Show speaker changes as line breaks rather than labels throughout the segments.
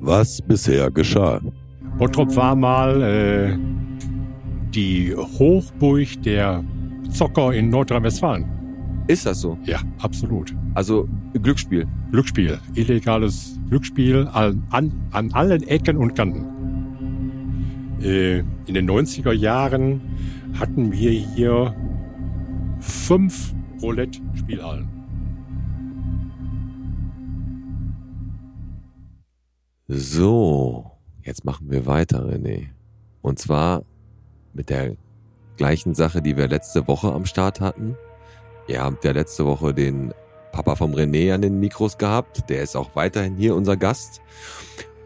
was bisher geschah.
Bottrop war mal äh, die Hochburg der Zocker in Nordrhein-Westfalen.
Ist das so?
Ja, absolut.
Also Glücksspiel.
Glücksspiel, illegales Glücksspiel an, an, an allen Ecken und Kanten. Äh, in den 90er Jahren hatten wir hier fünf Roulette-Spielhallen.
So, jetzt machen wir weiter, René. Und zwar mit der gleichen Sache, die wir letzte Woche am Start hatten. Ihr habt ja letzte Woche den Papa vom René an den Mikros gehabt. Der ist auch weiterhin hier unser Gast.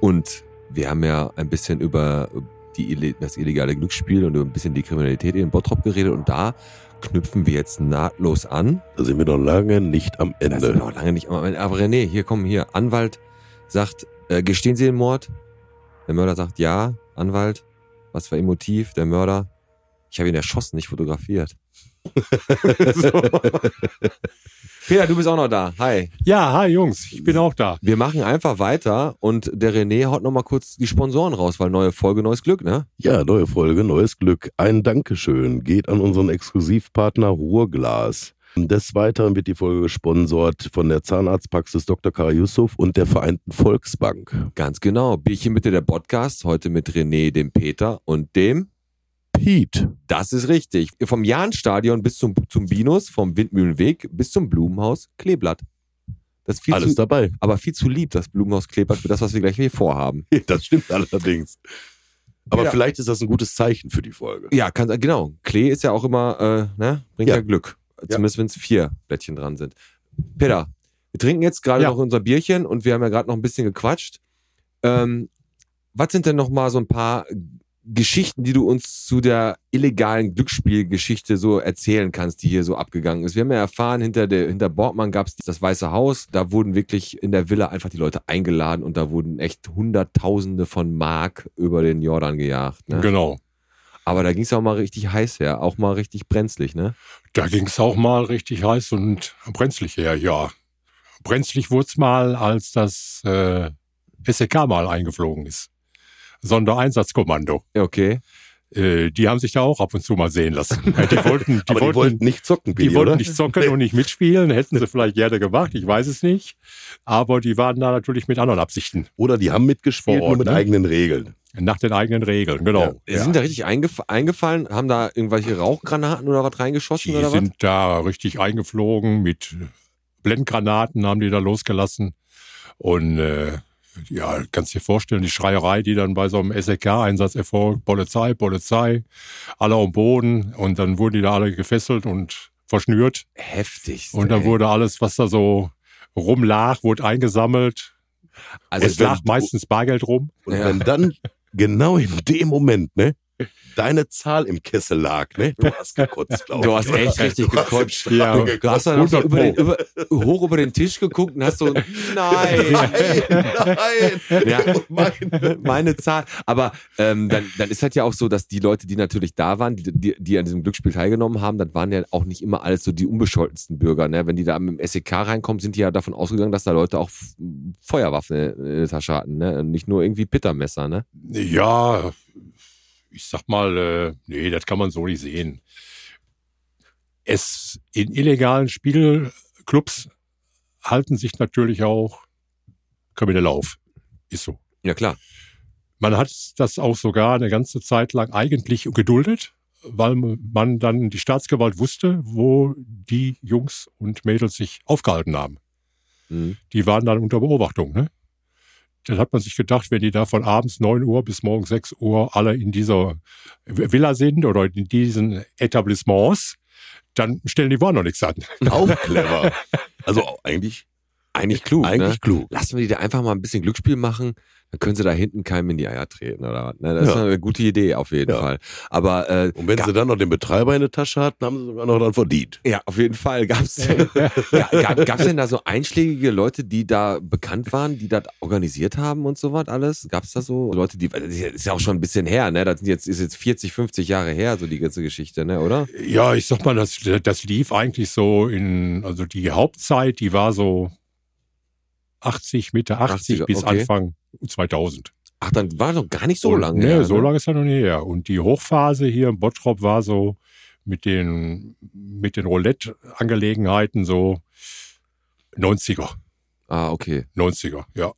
Und wir haben ja ein bisschen über die, ille- das illegale Glücksspiel und über ein bisschen die Kriminalität in Bottrop geredet. Und da knüpfen wir jetzt nahtlos an.
Da sind wir noch lange nicht am
Das sind wir
Ende.
noch lange nicht. am Ende. Aber René, hier kommen hier. Anwalt sagt, äh, gestehen Sie den Mord? Der Mörder sagt, ja. Anwalt, was war Ihr Motiv? Der Mörder, ich habe ihn erschossen, nicht fotografiert. so. Peter, du bist auch noch da. Hi.
Ja, hi Jungs, ich bin auch da.
Wir machen einfach weiter und der René haut nochmal kurz die Sponsoren raus, weil neue Folge, neues Glück, ne?
Ja, neue Folge, neues Glück. Ein Dankeschön geht an unseren Exklusivpartner Ruhrglas. Des Weiteren wird die Folge gesponsert von der Zahnarztpraxis Dr. Kara Yusuf und der Vereinten Volksbank.
Ganz genau. Bierchen bitte der Podcast, heute mit René, dem Peter und dem.
Pete,
Das ist richtig. Vom Jahnstadion bis zum, zum Binus, vom Windmühlenweg bis zum Blumenhaus Kleeblatt. Das ist viel
alles
zu,
dabei.
aber viel zu lieb, das Blumenhaus Kleeblatt, für das, was wir gleich hier vorhaben.
Das stimmt allerdings. Aber
Ja.
vielleicht ist das ein gutes Zeichen für die Folge.
Ja, kann, genau. Klee ist ja auch immer, äh, ne? bringt ja,
Ja.
Glück. Zumindest wenn es vier Blättchen dran sind. Peter, wir trinken jetzt gerade
Ja.
noch unser Bierchen und wir haben ja gerade noch ein bisschen gequatscht. Ähm, was sind denn noch mal so ein paar Geschichten, die du uns zu der illegalen Glücksspielgeschichte so erzählen kannst, die hier so abgegangen ist? Wir haben ja erfahren, hinter, der, hinter Borgmann gab es das Weiße Haus. Da wurden wirklich in der Villa einfach die Leute eingeladen und da wurden echt Hunderttausende von Mark über den Jordan gejagt. Ne?
Genau.
Aber da ging es auch mal richtig heiß her, auch mal richtig brenzlig, ne?
Da ging's auch mal richtig heiß und brenzlig her, ja. Brenzlig wurde mal, als das äh, SEK mal eingeflogen ist. Sondereinsatzkommando.
Ja, Okay.
Äh, die haben sich da auch ab und zu mal sehen lassen. Äh, Die wollten, die
Aber
wollten,
die wollten nicht zocken, Pete,
die wollten
oder?
nicht zocken und nicht mitspielen. Hätten sie vielleicht gerne gemacht, ich weiß es nicht. Aber die waren da natürlich mit anderen Absichten.
Oder die haben
Vor
mitgespielt, nur
Ort,
mit
ne?
eigenen Regeln.
Nach den eigenen Regeln, genau.
Die sind da richtig eingef eingefallen, haben da irgendwelche Rauchgranaten oder was reingeschossen
Die
oder was?
sind da richtig eingeflogen mit Blendgranaten, haben die da losgelassen. Und äh, ja, kannst dir vorstellen, die Schreierei, die dann bei so einem SEK-Einsatz erfolgt, Polizei, Polizei, alle am Boden und dann wurden die da alle gefesselt und verschnürt.
Heftig.
Und dann
ey.
wurde alles, was da so rumlag, wurde eingesammelt.
also
es lag
wenn-
meistens Bargeld rum.
Und
Ja.
wenn dann genau in dem Moment, ne, deine Zahl im Kessel lag, ne, du hast gekotzt, glaube ich.
Du hast echt richtig
Du hast
gekotzt.
im Strahl
Ja.
gekotzt.
Du hast dann auch so
100
über den, über, hoch über den Tisch geguckt und hast so, nein,
Nein, nein.
Ja.
Oh mein.
meine Zahl. Aber ähm, dann, dann ist halt ja auch so, dass die Leute, die natürlich da waren, die, die, die an diesem Glücksspiel teilgenommen haben, dann waren ja auch nicht immer alles so die unbescholtensten Bürger. Ne? Wenn die da mit dem SEK reinkommen, sind die ja davon ausgegangen, dass da Leute auch F- Feuerwaffen in in der Tasche hatten. Ne? Und nicht nur irgendwie Pittermesser. Ne?
Ja, ich sag mal, äh, nee, das kann man so nicht sehen. Es in illegalen Spielclubs halten sich natürlich auch Kriminelle auf. Ist so.
Ja, klar.
Man hat das auch sogar eine ganze Zeit lang eigentlich geduldet, weil man dann die Staatsgewalt wusste, wo die Jungs und Mädels sich aufgehalten haben
Mhm.
die waren dann unter Beobachtung. Ne? Dann hat man sich gedacht, wenn die da von abends 9 Uhr bis morgens 6 Uhr alle in dieser Villa sind oder in diesen Etablissements, dann stellen die wohl noch nichts an.
Auch clever. Also eigentlich,
Eigentlich klug. ne?
eigentlich klug.
Lassen wir die da einfach mal ein bisschen Glücksspiel machen, dann können sie da hinten keinem in die Eier treten oder was. Ne? Das ist
Ja.
eine gute Idee auf jeden
Ja.
Fall. Aber äh,
Und wenn
Ga-
sie dann noch den Betreiber in der Tasche hatten, haben sie sogar noch dann verdient.
Ja, auf jeden Fall. Gab's denn, ja, gab, gab's denn da so einschlägige Leute, die da bekannt waren, die das organisiert haben und sowas alles? Gab's da so Leute, die, also, das ist ja auch schon ein bisschen her, ne? Das sind jetzt, ist jetzt 40, 50 Jahre her, so die ganze Geschichte, ne, oder?
Ja, ich sag mal, das, das lief eigentlich so in, also die Hauptzeit, die war so 80, Mitte 80
80er,
bis
okay.
Anfang 2000.
Ach, dann war doch gar nicht so
Und-
lange.
Nee,
her,
so
ne?
lange ist ja noch nicht her. Und die Hochphase hier in Bottrop war so mit den, mit den Roulette-Angelegenheiten so 90er,
Ah, okay.
90er, ja.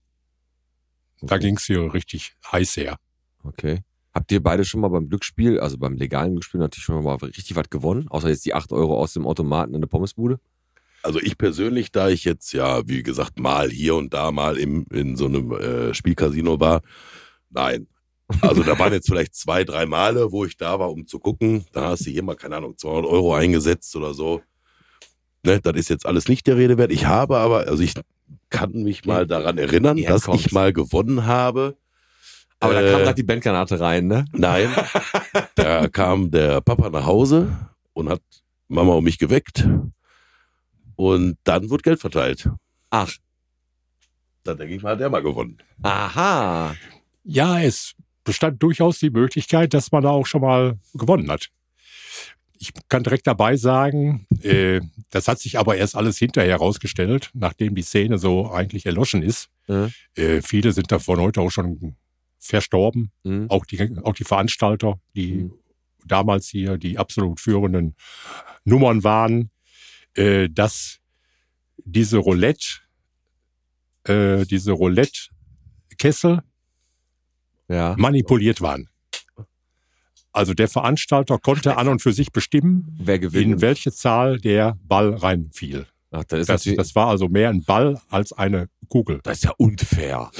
Da
Okay.
ging's hier richtig heiß her.
Okay. Habt ihr beide schon mal beim Glücksspiel, also beim legalen Glücksspiel natürlich schon mal richtig was gewonnen? Außer jetzt die 8 Euro aus dem Automaten in der Pommesbude?
Also ich persönlich, da ich jetzt ja, wie gesagt, mal hier und da mal im, in so einem äh, Spielcasino war, nein. Also da waren jetzt vielleicht zwei, drei Male, wo ich da war, um zu gucken. Da hast du hier mal, keine Ahnung, 200 Euro eingesetzt oder so. Ne, das ist jetzt alles nicht der Rede wert. Ich habe aber, also ich kann mich mal daran erinnern,
Jetzt
dass
kommt's.
ich mal gewonnen habe.
Aber da
Äh,
kam gerade die Bandgranate rein, ne?
Nein. da kam der Papa nach Hause und hat Mama und mich geweckt. Und dann wurde Geld verteilt.
Ach,
Dann denke ich mal, hat der mal gewonnen.
aha.
Ja, es bestand durchaus die Möglichkeit, dass man da auch schon mal gewonnen hat. Ich kann direkt dabei sagen, äh, das hat sich aber erst alles hinterher herausgestellt, nachdem die Szene so eigentlich erloschen ist.
Mhm.
Äh, viele sind davon heute auch schon verstorben,
Hm.
auch die, auch die Veranstalter, die
Mhm.
damals hier die absolut führenden Nummern waren, äh, dass diese Roulette, äh, diese Roulette-Kessel
Ja.
manipuliert waren. Also der Veranstalter konnte an und für sich bestimmen,
Wer
in
gewinnt?
welche Zahl der Ball reinfiel.
Ach, das ist
Das,
natürlich.
das war also mehr ein Ball als eine Kugel.
Das ist ja unfair.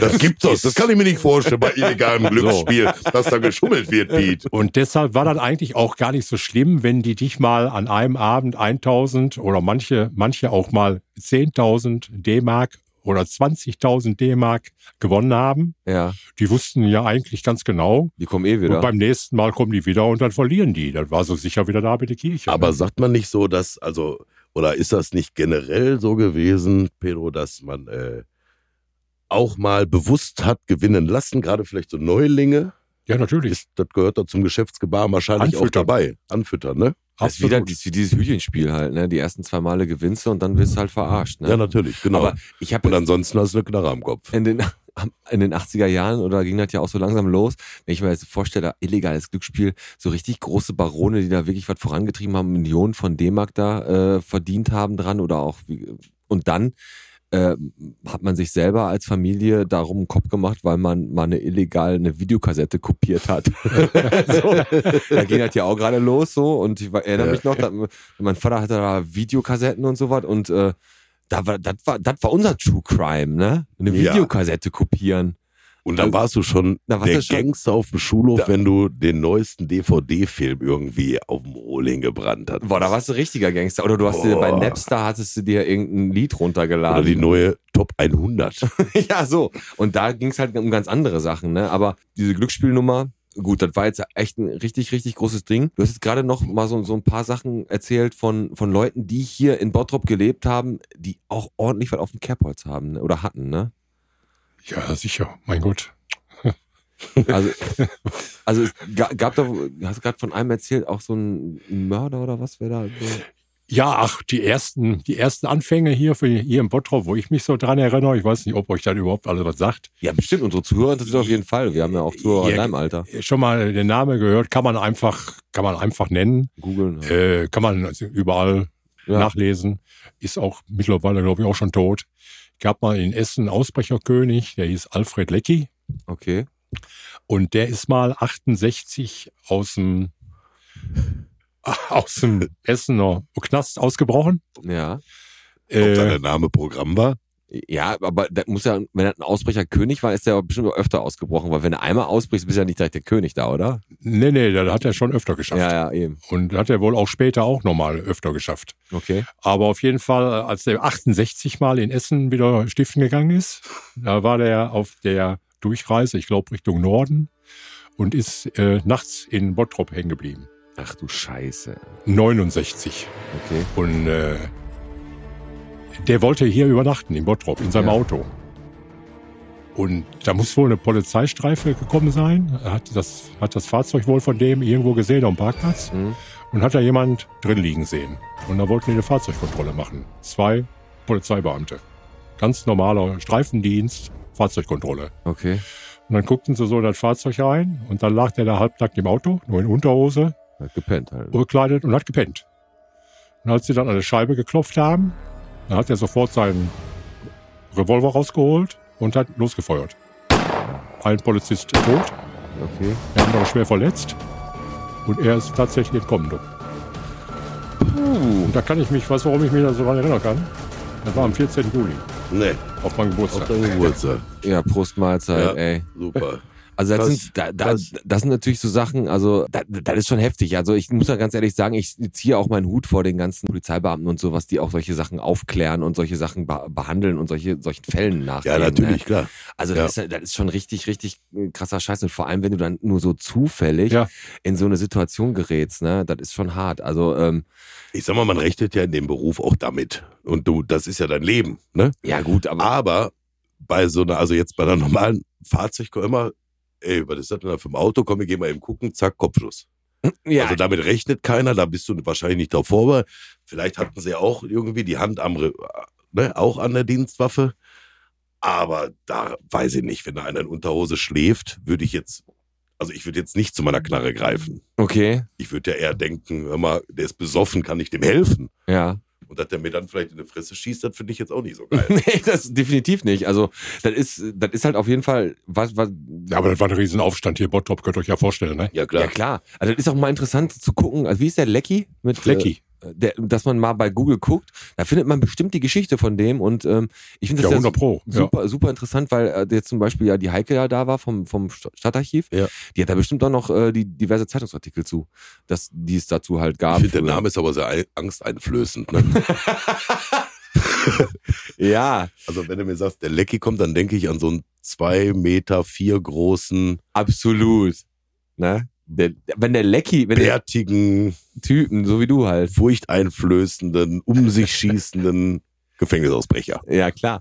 Das gibt's doch. Das kann ich mir nicht vorstellen bei illegalem Glücksspiel, dass da geschummelt wird, Piet.
Und deshalb war das eigentlich auch gar nicht so schlimm, wenn die dich mal an einem Abend 1000 oder manche, manche auch mal 10.000 D-Mark oder 20.000 D-Mark gewonnen haben.
Ja,
Die wussten ja eigentlich ganz genau.
die kommen eh
Und
wieder.
beim nächsten Mal kommen die wieder und dann verlieren die. Dann war so sicher wieder da mit der Kirche. ne?
Aber sagt man nicht so, dass, also, oder ist das nicht generell so gewesen, Pedro, dass man äh, auch mal bewusst hat gewinnen lassen, gerade vielleicht so Neulinge?
ja, natürlich.
Ist, das gehört doch zum Geschäftsgebaren wahrscheinlich auch
Anfüttern.
dabei. Anfüttern, ne?
Das ist wieder das ist wie dieses Hütchenspiel halt, ne? Die ersten zwei Male gewinnst du und dann wirst du halt verarscht, ne?
Ja, natürlich, genau.
Aber ich habe
und ansonsten hast du eine Knarre am Kopf.
in den, in den 80er Jahren oder ging das ja auch so langsam los, wenn ich mir jetzt vorstelle, illegales Glücksspiel, so richtig große Barone, die da wirklich was vorangetrieben haben, Millionen von D-Mark da äh, verdient haben dran oder auch wie, und dann äh, hat man sich selber als Familie darum einen Kopf gemacht, weil man mal eine illegal eine Videokassette kopiert hat. so, da ging das ja auch gerade los so und ich war- erinnere mich noch, dass, mein Vater hatte da Videokassetten und sowas und äh, da war, das war, das war unser True Crime, ne? Eine
Ja.
Videokassette kopieren.
Und dann
Also-
warst du schon
Da warst
der
du schon-
Gangster auf dem Schulhof,
Da-
wenn du den neuesten DVD-Film irgendwie auf dem Rohling gebrannt hast.
Boah, da warst du richtiger Gangster. Oder du hast dir bei
Boah.
Napster hattest du dir irgendein Lied
Oder die
runtergeladen.
neue Top 100.
ja, so. Und da ging es halt um ganz andere Sachen, ne? Aber diese Glücksspielnummer, gut, das war jetzt echt ein richtig, richtig großes Ding. Du hast jetzt gerade noch mal so, so ein paar Sachen erzählt von, von Leuten, die hier in Bottrop gelebt haben, die auch ordentlich was auf dem Kerbholz haben ne? oder hatten, ne?
Ja, sicher. Mein Gott.
Also, also es ga- gab da, hast du gerade von einem erzählt, auch so ein Mörder oder was wäre da? so-
Ja, ach, die ersten, die ersten Anfänge hier für hier in Bottrop, wo ich mich so dran erinnere. Ich weiß nicht, ob euch das überhaupt alles was sagt.
Ja, bestimmt. Unsere Zuhörer interessiert auf jeden Fall. Wir haben ja auch Zuhörer in
Ja.
deinem Alter.
Schon mal den Namen gehört, kann man einfach, kann man einfach nennen,
Googeln. Ja.
äh, kann man also überall
Ja.
nachlesen. Ist auch mittlerweile, glaube ich, auch schon tot. Gab mal in Essen einen Ausbrecherkönig, der hieß Alfred Lecki.
Okay.
Und der ist mal 68 aus dem, aus dem Essener Knast ausgebrochen.
Ja.
Ob da
Äh,
der Name Programm war?
Ja, aber das muss ja, wenn das ein Ausbrecher König war, ist der aber bestimmt auch öfter ausgebrochen, weil wenn du einmal ausbrichst, bist du ja nicht direkt der König da, oder?
nee, nee, das hat er schon öfter geschafft.
Ja, ja, eben.
Und hat er wohl auch später auch nochmal öfter geschafft.
Okay.
Aber auf jeden Fall, äh, als der 68 Mal in Essen wieder stiften gegangen ist, da war der auf der Durchreise, ich glaube Richtung Norden, und ist äh, nachts in Bottrop hängen geblieben.
Ach du Scheiße.
69.
Okay.
Und äh, der wollte hier übernachten in Bottrop, in seinem
Ja.
Auto. Und da muss wohl eine Polizeistreife gekommen sein, Er hat das, hat das Fahrzeug wohl von dem irgendwo gesehen am Parkplatz
Hm.
und hat da jemand drin liegen sehen. Und da wollten die eine Fahrzeugkontrolle machen. Zwei Polizeibeamte. Ganz normaler Streifendienst, Fahrzeugkontrolle.
Okay.
Und dann guckten sie so in das Fahrzeug rein und dann lag der da halbnackt im Auto, nur in Unterhose,
Hat gepennt halt.
bekleidet und hat gepennt. Und als sie dann an der Scheibe geklopft haben, dann hat er sofort seinen Revolver rausgeholt und hat losgefeuert. Ein Polizist tot,
Okay.
der andere schwer verletzt und er ist tatsächlich entkommen. du.
Puh.
Und da kann ich mich, weiß warum ich mich da so dran erinnern kann, das war am 14. Juli
Nee,
auf meinem
auf
Geburtstag.
deinem Geburtstag.
Ja, Prost Mahlzeit,
Ja.
ey.
Super.
Also das,
Das-
sind, da, da,
das-
das, sind natürlich so Sachen, also das, das ist schon heftig. Also ich muss ja ganz ehrlich sagen, ich ziehe auch meinen Hut vor den ganzen Polizeibeamten und sowas, die auch solche Sachen aufklären und solche Sachen be behandeln und solche solchen Fällen nachgehen.
Ja, natürlich,
Ne?
klar.
Also das, ist, das ist schon richtig, richtig äh, krasser Scheiß. Und vor allem, wenn du dann nur so zufällig
Ja.
in so eine Situation gerätst, ne, das ist schon hart. Also ähm,
Ich sag mal, man rechnet ja in dem Beruf auch damit. Und du, das ist ja dein Leben, ne?
ja gut, aber
Aber bei so einer, also jetzt bei einer normalen Fahrzeug immer, ey, was ist das denn da für ein Auto? Komm, wir gehen mal eben gucken, zack, Kopfschuss.
ja,
Also damit rechnet keiner, da bist du wahrscheinlich nicht drauf vorbereitet. Vielleicht hatten sie auch irgendwie die Hand am, Re- ne, auch an der Dienstwaffe. Aber da weiß ich nicht, wenn da einer in Unterhose schläft, würde ich jetzt, also ich würde jetzt nicht zu meiner Knarre greifen.
okay,
Ich würde ja eher denken, hör mal, der ist besoffen, kann ich dem helfen?
ja.
Und dass der mir dann vielleicht in die Fresse schießt, das finde ich jetzt auch nicht so geil.
nee, das definitiv nicht. Also das ist, das ist halt auf jeden Fall was, was
Ja, aber das war ein Riesenaufstand hier, Bottrop, könnt ihr euch ja vorstellen, ne?
ja, klar.
Ja, klar. Also, das ist auch mal interessant zu gucken. Also, wie ist der Lecky? Mit,
Flecki.
Äh, der, dass man mal bei Google guckt. Da findet man bestimmt die Geschichte von dem. Und ähm, ich finde
Ja,
das ja,
100 Pro. Ja.
super, super interessant, weil äh, jetzt zum Beispiel ja die Heike ja da war vom, vom Sta- Stadtarchiv.
Ja.
Die hat da bestimmt auch noch äh, die diverse Zeitungsartikel zu, dass, die es dazu halt gab.
Ich finde, der
früher.
Name ist aber sehr ei- angsteinflößend. Ne?
Ja,
Also wenn du mir sagst, der Lecky kommt, dann denke ich an so einen 2 Meter vier großen,
absolut. Ne? Der, wenn der Lecky, wenn der
bärtigen,
Typen, so wie du halt.
furchteinflößenden, um sich schießenden Gefängnisausbrecher.
Ja, klar.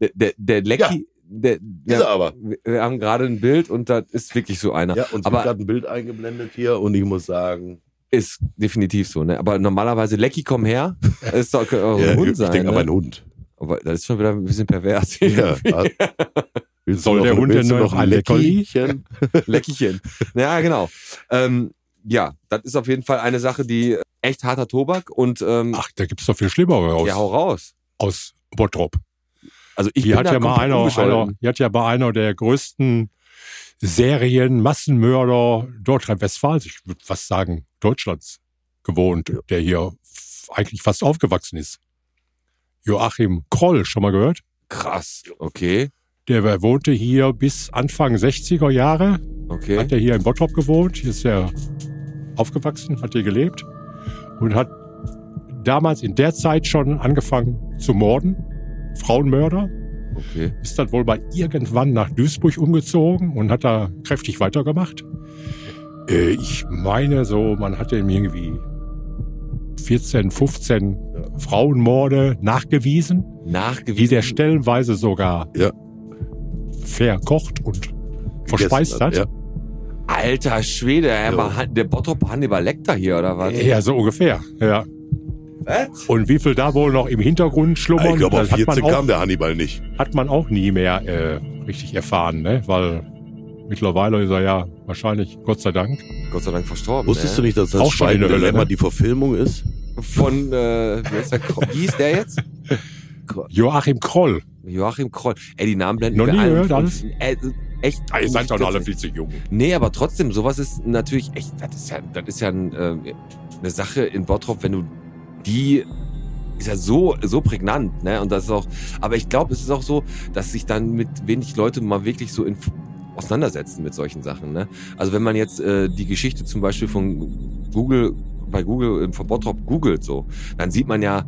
Der, der, der Lecky,
Ja.
der,
Ist
der,
er aber.
Wir wir haben gerade ein Bild und das ist wirklich so einer.
Ja, und
aber-
aber, gerade ein Bild eingeblendet hier und ich muss sagen,
Ist definitiv so, ne? Aber normalerweise, Lecky, komm her, ist doch auch ein
ja,
Hund
ich
sein.
denke an
ne?
meinen Hund.
aber das ist schon wieder ein bisschen pervers.
Ja, Willst du
Soll der
noch-
Hund
willst
denn
du
noch
noch ein
ein
Leckychen?
Leckichen. Ja, genau. Ähm, ja, das ist auf jeden Fall eine Sache, die äh, echt harter Tobak und ähm,
Ach, da gibt's doch viel Schlimmere aus,
ja, hau raus.
aus Bottrop.
Also ich
Hier
bin
hat
da
ja mal
komplett
einer, einer,
unbescholten.
hier hat ja mal einer der größten Serien Massenmörder Nordrhein-Westfalens, ich würde fast sagen Deutschlands, gewohnt, der hier f- eigentlich fast aufgewachsen ist. Joachim Kroll, schon mal gehört?
Krass. Okay,
Der wohnte hier bis Anfang 60er Jahre,
okay.
hat er hier in Bottrop gewohnt, hier ist er aufgewachsen, hat hier gelebt und hat damals in der Zeit schon angefangen zu morden, Frauenmörder.
okay.
ist dann wohl mal irgendwann nach Duisburg umgezogen und hat da kräftig weitergemacht. Äh, ich meine so, man hatte ihm irgendwie 14, 15 Frauenmorde nachgewiesen,
Nachgewiesen.
die der stellenweise sogar
Ja.
verkocht und verspeist hat.
Ja.
Alter Schwede, er
Ja.
war Han- der Bottrop Hannibal Lecter hier, oder was?
Ja, so ungefähr. Ja.
Was?
Und wie viel da wohl noch im Hintergrund schlummern,
Ich glaube, auf
das hat,
14
man
kam
auch,
der Hannibal nicht.
hat man auch nie mehr äh, richtig erfahren, ne? weil mittlerweile ist er ja wahrscheinlich, Gott sei Dank,
Gott sei Dank verstorben.
Wusstest
ne?
du nicht, dass das
Auch schon in
Schweigende
der Hölle,
Dilemma
ne?
die Verfilmung ist?
von, äh, wie heißt der, Kro- wie hieß der jetzt?
Joachim Kroll.
Joachim Kroll. Ey, die Namen blenden
Noch
wir
nie
ein.
gehört,
Und-
alles?
Äh, echt.
Ah, ihr seid doch
nicht
alle
witzig.
viel zu jung.
Nee, aber trotzdem, sowas ist natürlich echt, das ist ja, das ist ja ein, äh, eine Sache in Bottrop, wenn du die, ist ja so, so prägnant, ne, und das ist auch, aber ich glaube, es ist auch so, dass sich dann mit wenig Leute mal wirklich so in, auseinandersetzen mit solchen Sachen, ne. Also wenn man jetzt äh, die Geschichte zum Beispiel von Google, bei Google, äh, von Bottrop googelt so, dann sieht man ja,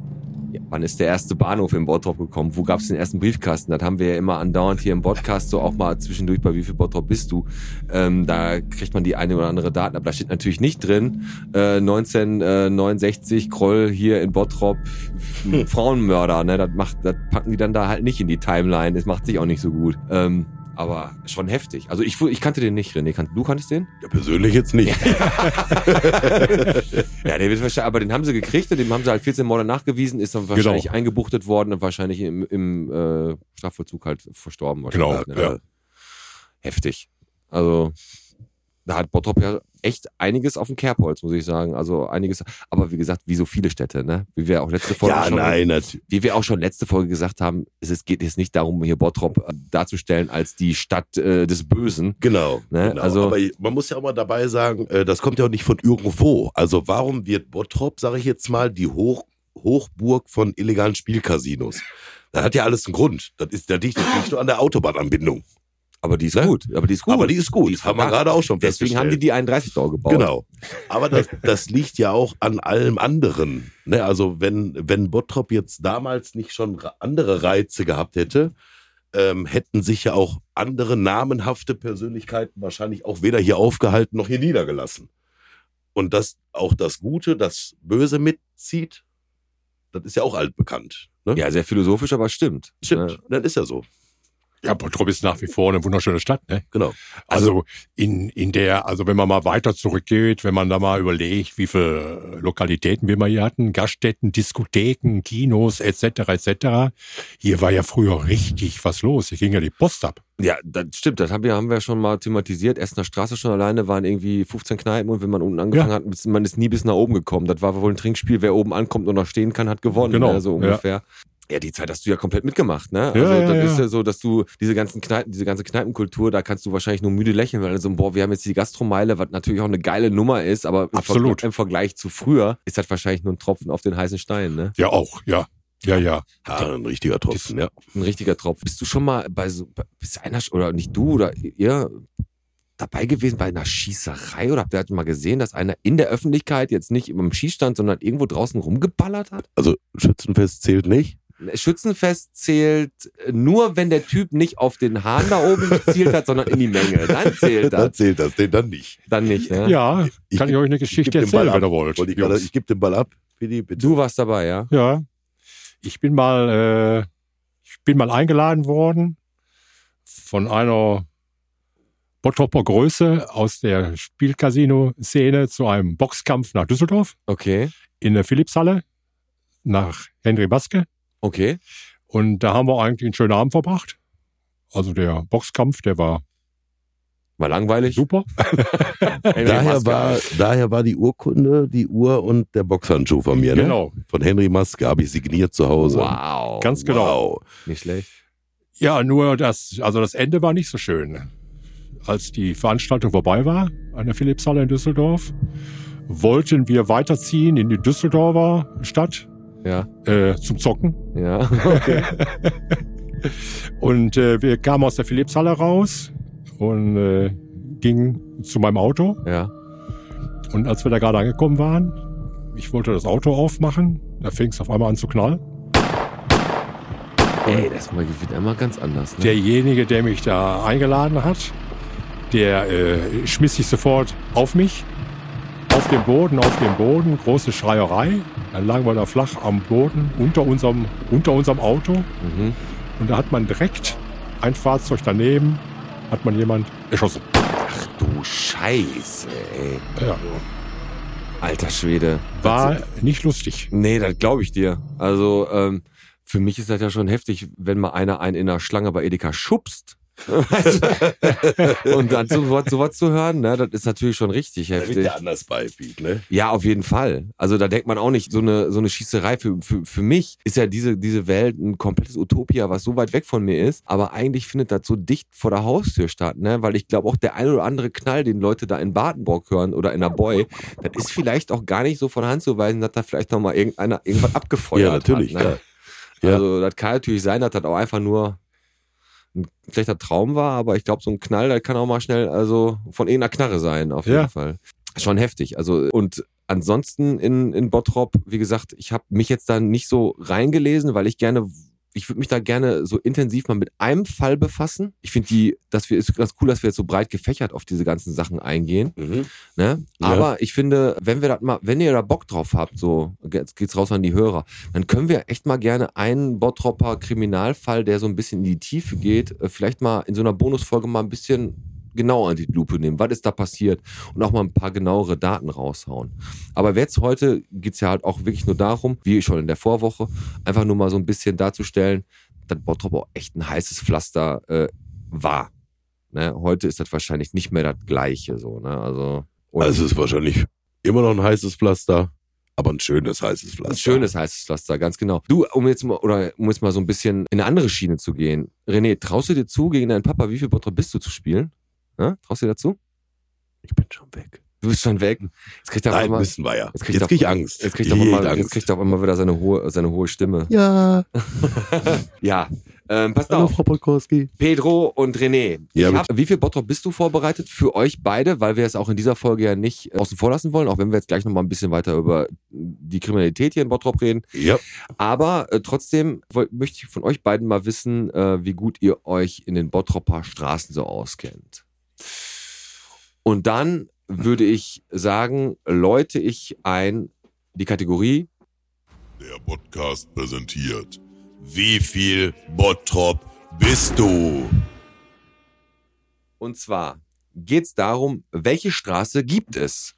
ja, wann ist der erste Bahnhof in Bottrop gekommen? Wo gab es den ersten Briefkasten? Das haben wir ja immer andauernd hier im Podcast so auch mal zwischendurch bei Wie viel Bottrop bist du? Ähm, da kriegt man die eine oder andere Daten, aber da steht natürlich nicht drin. Äh, 1969 Kroll hier in Bottrop Frauenmörder. Ne? Das, macht, das packen die dann da halt nicht in die Timeline. Das macht sich auch nicht so gut. Ähm, Aber schon heftig. Also ich, wu- ich kannte den nicht, René. Kan- Du kanntest den?
Ja, persönlich jetzt nicht.
Ja, der wird wahrscheinlich, aber den haben sie gekriegt und dem haben sie halt 14 Morde nachgewiesen, ist
Genau.
dann wahrscheinlich eingebuchtet worden und wahrscheinlich im, im äh, Strafvollzug halt verstorben.
Genau,
wahrscheinlich,
ja.
ne? Heftig. Also, da hat Bottrop ja echt einiges auf dem Kerbholz, muss ich sagen. Also einiges, aber wie gesagt, wie so viele Städte, ne? Wie wir auch letzte Folge
ja,
schon
nein, natürlich.
wie wir auch schon letzte Folge gesagt haben, es ist, geht jetzt nicht darum, hier Bottrop äh, darzustellen als die Stadt äh, des Bösen.
Genau.
Ne,
genau.
also-
aber man muss ja auch mal dabei sagen, äh, das kommt ja auch nicht von irgendwo. Also warum wird Bottrop, sage ich jetzt mal, die Hoch Hochburg von illegalen Spielcasinos? Das hat ja alles einen Grund. Das ist da liegt jetzt nicht nur an der Autobahnanbindung.
Aber die ist
Ne?
gut. Aber die ist Ah. gut.
Aber die ist gut.
Die ist
haben wir
verdammt.
gerade auch schon
Deswegen haben die
festgestellt.
die 31 Tor gebaut.
Genau. Aber das, das liegt ja auch an allem anderen. Ne? Also wenn, wenn Bottrop jetzt damals nicht schon ra- andere Reize gehabt hätte, ähm, hätten sich ja auch andere namenhafte Persönlichkeiten wahrscheinlich auch weder hier aufgehalten noch hier niedergelassen. Und dass auch das Gute, das Böse mitzieht, das ist ja auch altbekannt. Ne?
Ja, sehr philosophisch, aber stimmt.
Stimmt,
Ne?
das ist ja so.
Ja, Bottrop ist nach wie vor eine wunderschöne Stadt, ne?
Genau.
Also in, in der, also wenn man mal weiter zurückgeht, wenn man da mal überlegt, wie viele Lokalitäten wir mal hier hatten, Gaststätten, Diskotheken, Kinos etc. etc. Hier war ja früher richtig was los. Hier ging ja die Post ab.
Ja, das stimmt. Das haben wir, haben wir schon mal thematisiert. Essener Straße schon alleine waren irgendwie 15 Kneipen und wenn man unten angefangen hat, bis- man ist nie bis nach oben gekommen. Das war wohl ein Trinkspiel. Wer oben ankommt und noch stehen kann, hat gewonnen.
Genau,
Ne? So
ja.
ungefähr. Ja. die Zeit hast du ja komplett mitgemacht, ne? also
Ja, ja,
das
ja.
ist ja so, dass du diese ganzen Kneipen, diese ganze Kneipenkultur, da kannst du wahrscheinlich nur müde lächeln, weil so, boah, wir haben jetzt die Gastromeile, was natürlich auch eine geile Nummer ist, aber im
Absolut.
Ver- im Vergleich zu früher ist das wahrscheinlich nur ein Tropfen auf den heißen Stein, ne?
Ja, auch, ja. Ja, ja.
Ja, ein richtiger Tropfen, ja.
ein richtiger Tropf. Bist du schon mal bei so, bei- bist einer, sch- oder nicht du oder ihr, dabei gewesen bei einer Schießerei oder habt ihr halt mal gesehen, dass einer in der Öffentlichkeit jetzt nicht im Schießstand, sondern irgendwo draußen rumgeballert hat?
Also Schützenfest zählt nicht.
Schützenfest zählt äh, nur, wenn der Typ nicht auf den Hahn da oben gezielt hat, sondern in die Menge. Dann zählt
Dann
das.
zählt das, den dann nicht.
Dann nicht, ne?
Ja, kann ich euch eine
geb
Geschichte
den
erzählen,
Ball ab.
wenn ihr wollt.
Wollte Ich, gerade-
Jungs.
ich gebe den Ball ab. Pidi, bitte.
Du warst dabei, ja?
Ja. Ich bin mal, äh, ich bin mal eingeladen worden von einer Bottroper Größe aus der Spielcasino-Szene zu einem Boxkampf nach Düsseldorf
Okay.
in der Philipshalle nach Henry Baske.
Okay.
Und da haben wir eigentlich einen schönen Abend verbracht. Also der Boxkampf, der war
War langweilig.
super.
Henry
Daher
Maske.
war, daher war die Urkunde, die Uhr und der Boxhandschuh von mir, ne?
Genau,
Von Henry Maske habe ich signiert zu Hause.
Wow.
ganz genau.
Wow.
Nicht schlecht.
Ja, nur das, also das Ende war nicht so schön. Als die Veranstaltung vorbei war, an der Philipshalle in Düsseldorf, wollten wir weiterziehen in die Düsseldorfer Stadt
Ja.
äh, zum Zocken.
Ja.
Und äh, wir kamen aus der Philipshalle raus und äh, gingen zu meinem Auto.
ja.
Und als wir da gerade angekommen waren, ich wollte das Auto aufmachen, da fing es auf einmal an zu knallen.
Ey, das wird immer ganz anders. Ne?
Derjenige, der mich da eingeladen hat, der äh, schmiss sich sofort auf mich. Auf den Boden, auf den Boden, große Schreierei. Dann lagen wir da flach am Boden unter unserem, unter unserem Auto.
mhm.
Und da hat man direkt ein Fahrzeug daneben, hat man jemand erschossen.
Ach du Scheiße, ey.
Ja,
Alter Schwede.
war
Das,
nicht lustig.
nee, das glaube ich dir. Also, ähm, für mich ist das ja schon heftig, wenn mal einer einen in der Schlange bei Edeka schubst. Weißt du? Und dann sowas so was zu hören, ne, das ist natürlich schon richtig
Da wird
heftig.
der anders bei, Piet, ne?
Ja, auf jeden Fall. Also da denkt man auch nicht, so eine, so eine Schießerei. Für, für, für mich ist ja diese, diese Welt ein komplettes Utopia, was so weit weg von mir ist. Aber eigentlich findet das so dicht vor der Haustür statt, ne? Weil ich glaube auch der ein oder andere Knall, den Leute da in Badenburg hören oder in der Boy, das ist vielleicht auch gar nicht so von Hand zu weisen, dass da vielleicht nochmal irgendeiner irgendwas abgefeuert
Ja, natürlich,
hat. Ne?
klar. Ja.
Also das kann natürlich sein, dass das auch einfach nur ein schlechter Traum war, aber ich glaube, so ein Knall, das kann auch mal schnell also von irgendeiner Knarre sein, auf jeden
Ja.
Fall. Schon heftig. Also, und ansonsten in, in Bottrop, wie gesagt, ich habe mich jetzt da nicht so reingelesen, weil ich gerne ich würde mich da gerne so intensiv mal mit einem Fall befassen. Ich finde die, dass wir, ist ganz cool, dass wir jetzt so breit gefächert auf diese ganzen Sachen eingehen.
Mhm.
Ne?
Ja.
Aber ich finde, wenn wir das mal, wenn ihr da Bock drauf habt, so jetzt geht's raus an die Hörer, dann können wir echt mal gerne einen Bottropper Kriminalfall, der so ein bisschen in die Tiefe geht, äh, vielleicht mal in so einer Bonusfolge mal ein bisschen genauer an die Lupe nehmen, was ist da passiert und auch mal ein paar genauere Daten raushauen. Aber jetzt heute geht's ja halt auch wirklich nur darum, wie schon in der Vorwoche, einfach nur mal so ein bisschen darzustellen, dass Bottrop auch echt ein heißes Pflaster äh, war. Ne? Heute ist das wahrscheinlich nicht mehr das gleiche so, ne? Also oder-
Also es ist wahrscheinlich immer noch ein heißes Pflaster, aber ein schönes heißes Pflaster.
Ein schönes heißes Pflaster, ganz genau. Du, um jetzt mal, oder um jetzt mal so ein bisschen in eine andere Schiene zu gehen. René, traust du dir zu, gegen deinen Papa, wie viel Bottrop bist du zu spielen? Ja? Traust du dir dazu?
Ich bin schon weg.
Du bist schon weg. Jetzt kriegt er auf
Nein,
einmal,
wissen wir ja.
Jetzt
Jetzt
kriegt
krieg ich,
er-
Angst.
jetzt kriegt er auf
Jede
einmal, jetzt
Angst.
kriegt er auf einmal wieder seine hohe, seine hohe Stimme.
ja,
Ja. Ähm, passt
hallo
auf.
Frau Polkowski.
Pedro und René.
Ja,
ich hab, wie viel Bottrop bist du vorbereitet für euch beide? Weil wir es auch in dieser Folge ja nicht äh, außen vor lassen wollen, auch wenn wir jetzt gleich nochmal ein bisschen weiter über die Kriminalität hier in Bottrop reden.
Ja,
Aber äh, trotzdem woll- möchte ich von euch beiden mal wissen, äh, wie gut ihr euch in den Bottropper Straßen so auskennt. Und dann würde ich sagen, läute ich ein die Kategorie
Der Podcast präsentiert. Wie viel Bottrop bist du?
und zwar geht es darum, welche Straße gibt es?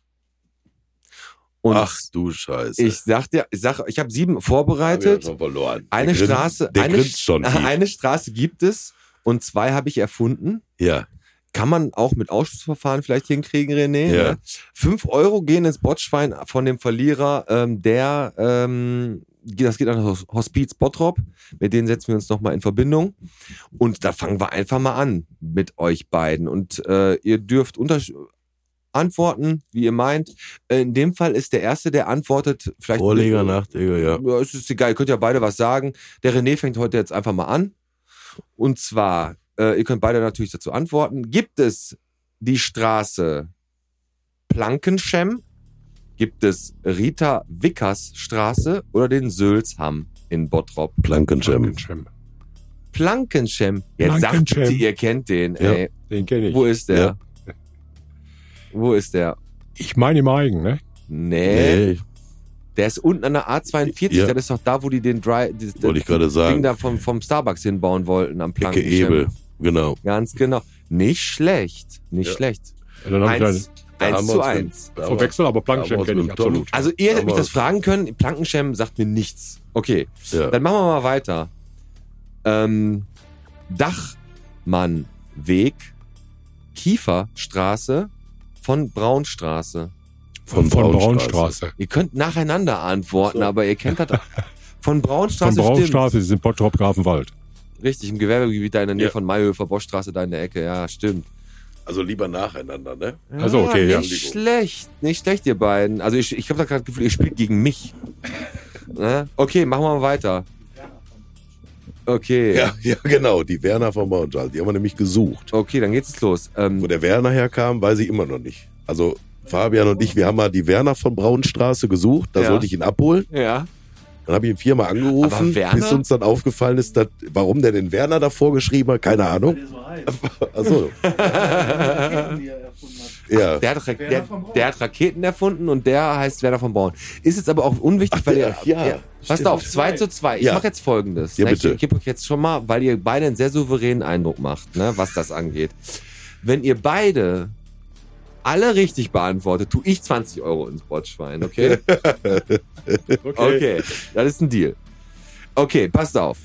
Und
ach du Scheiße.
ich sag dir, ich, sag- ich habe sieben
Hab ich ja
vorbereitet.
schon verloren.
Eine
Der grinst-
Straße,
Der
eine,
grinst schon. tief.
eine Straße gibt es und zwei habe ich erfunden.
ja,
kann man auch mit Ausschlussverfahren vielleicht hinkriegen, René.
Ja.
Ne? Fünf Euro gehen ins Botschwein von dem Verlierer, ähm, der, ähm, das geht an das Hospiz Bottrop. Mit denen setzen wir uns nochmal in Verbindung. Und da fangen wir einfach mal an mit euch beiden. Und äh, ihr dürft untersch antworten, wie ihr meint. Äh, In dem Fall ist der Erste, der antwortet, vielleicht.
Vorleger, ne? Nachtjäger, ja.
Ja, es ist egal, ihr könnt ja beide was sagen. Der René fängt heute jetzt einfach mal an. Und zwar, äh, ihr könnt beide natürlich dazu antworten. Gibt es die Straße Plankenschem? Gibt es Rita Wickers Straße oder den Sülzham in Bottrop?
Plankenschem.
Frankenschem.
Plankenschem. Jetzt sagt
Plankenschem.
bitte, ihr kennt den.
Ja.
Ey.
Den kenne ich.
Wo ist der?
Ja.
Wo ist der?
Ich meine im Eigen, ne?
Nee,
Nee,
der ist unten an der A42.
Ja.
Das ist doch da, wo die den Dry, die,
wollte ich gerade
Ding
sagen.
da vom, vom Starbucks hinbauen wollten am
Ecke
Plankenschem.
Äh, Ebel. Genau.
Ganz genau. Nicht schlecht. Nicht
Ja.
schlecht.
Ja, Dann habe ich
Eins,
einen
Da haben
eins
wir
zu
uns mit-
eins.
da haben wir-
Verwechsel, aber
aber
Plankenschem
aus
kenne ich
mit dem Tunnel.
absolut.
Also ihr hättet mich
Aber-
das fragen können. Plankenschem sagt mir nichts. Okay,
Ja.
dann machen wir mal weiter. Ähm, Dachmannweg, Kieferstraße von Braunstraße.
Von
Von
Braunstraße.
Braunstraße.
Ihr könnt nacheinander antworten,
So.
aber ihr kennt das. Von
Von
Braunstraße,
Braunstraße, sie sind Bottrop-Grafenwald.
stimmt. Richtig, im Gewerbegebiet da in der Nähe
Ja.
von Mayhöfer, Boschstraße da in der Ecke. Ja, stimmt.
Also lieber nacheinander, ne?
Also, okay, ja.
Nicht schlecht, nicht schlecht, ihr beiden. Also ich, ich habe da gerade Gefühl, ihr spielt gegen mich. Ne? Okay, machen wir mal weiter. Okay,
Ja, ja, genau. Die Werner von Braunstraße. Die haben wir nämlich gesucht.
okay, dann geht's los. Ähm,
Wo der Werner herkam, weiß ich immer noch nicht. Also Fabian und ich, wir haben mal die Werner von Braunstraße gesucht. Da
Ja.
sollte ich ihn abholen.
ja,
Dann habe ich ihn viermal angerufen,
Aber Werner?
bis uns dann aufgefallen ist, dass, warum der den Werner davor geschrieben hat. Keine Ahnung. Also, ja.
der, hat Ra-
Werner
der,
von Braun.
der hat Raketen erfunden und der heißt Werner von Braun. Ist jetzt aber auch unwichtig, weil
der-
ihr...
ja,
Passt
stimmt.
auf, 2 zu 2. Ich
Ja.
mache jetzt folgendes.
Ja,
ne?
bitte.
Ich gebe euch jetzt schon mal, weil ihr beide einen sehr souveränen Eindruck macht, ne, was das angeht. Wenn ihr beide alle richtig beantwortet, tue ich 20 Euro ins Botschwein, okay? Okay, das ist ein Deal. Okay, passt auf.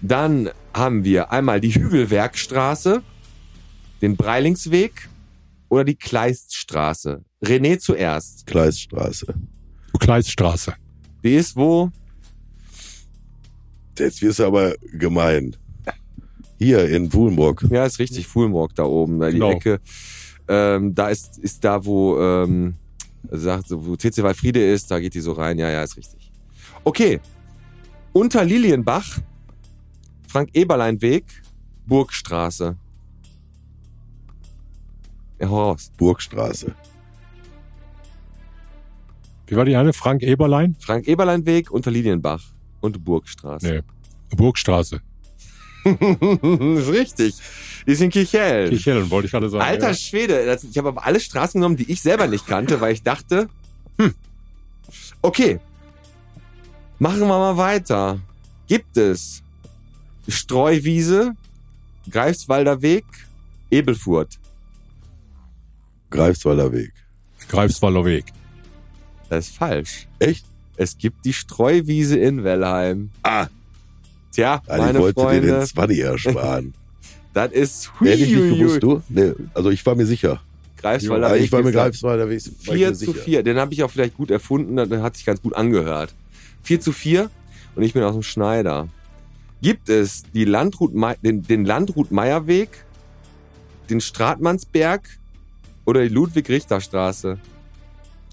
Dann haben wir einmal die Hügelwerkstraße, den Breilingsweg oder die Kleiststraße. René zuerst.
Kleiststraße.
Kleiststraße.
Die ist wo?
Jetzt wirst du aber gemein. Hier in Wulenbrock.
Ja, ist richtig, Fulmrock da oben, da die
Genau.
Ecke. Ähm, da ist, ist da, wo, ähm, sagt, so, wo TC Walfriede ist, da geht die so rein. Ja, ja, ist richtig. Okay. Unter Lilienbach, Frank-Eberlein-Weg, Burgstraße. Ja, hau raus.
Burgstraße.
Wie war die eine? Frank Eberlein?
Frank-Eberlein-Weg, Unter Lilienbach und Burgstraße.
Nee. Burgstraße.
ist richtig. Die ist in Kichel.
Kicheln, wollte ich gerade sagen.
Äh, Alter
ja.
Schwede, das, ich habe aber alle Straßen genommen, die ich selber nicht kannte, weil ich dachte, hm, okay, machen wir mal weiter. Gibt es Streuwiese, Greifswalder Weg, Ebelfurt.
Greifswalder Weg.
Greifswalder Weg.
Das ist falsch.
Echt?
Es gibt die Streuwiese in Wellheim.
Ah,
Tja,
Alter, ich
meine
wollte dir den
Freunde,
Zwanni ersparen.
das ist
Hätte ich nicht gewusst,
huiuiui.
du? Nee, also ich war mir sicher.
Greifswalder
Ah,
Weg.
ich war mir
gibt's da.
Greifswalder Weg. war ich
4
mir
zu
sicher.
4. Den habe ich auch vielleicht gut erfunden, dann hat sich ganz gut angehört. 4 zu 4 und ich bin aus dem Schneider. Gibt es die Landrut, Mei- den, den Landrut-Meyer-Weg, den Stratmannsberg oder die Ludwig-Richter-Straße?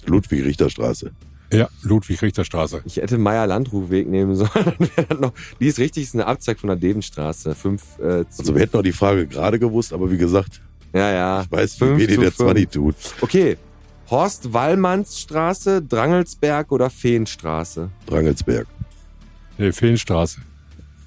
Ludwig-Richter-Straße.
Ja, Ludwig-Richter-Straße.
Ich hätte Meier-Landrut-Weg nehmen sollen. Dann wäre das noch, die ist richtig, ist eine Abzweig von der Debenstraße. 5 äh, zu.
Also wir hätten auch die Frage gerade gewusst, aber wie gesagt,
ja, ja.
ich weiß, wie
Fünf
weh dir
zu
der
fünf.
Zwanni tut.
Okay. Horst-Wallmanns-Straße, Drangelsberg oder Feenstraße?
Drangelsberg.
Nee, Feenstraße.